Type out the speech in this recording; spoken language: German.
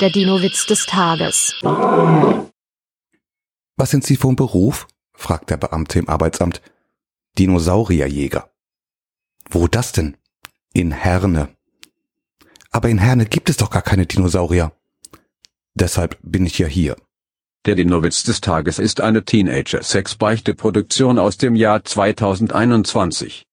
Der Dino-Witz des Tages. Was sind Sie von Beruf? fragt der Beamte im Arbeitsamt. Dinosaurierjäger. Wo das denn? In Herne. Aber in Herne gibt es doch gar keine Dinosaurier. Deshalb bin ich ja hier. Der Dinowitz des Tages ist eine Teenager-Sex-Beichte-Produktion aus dem Jahr 2021.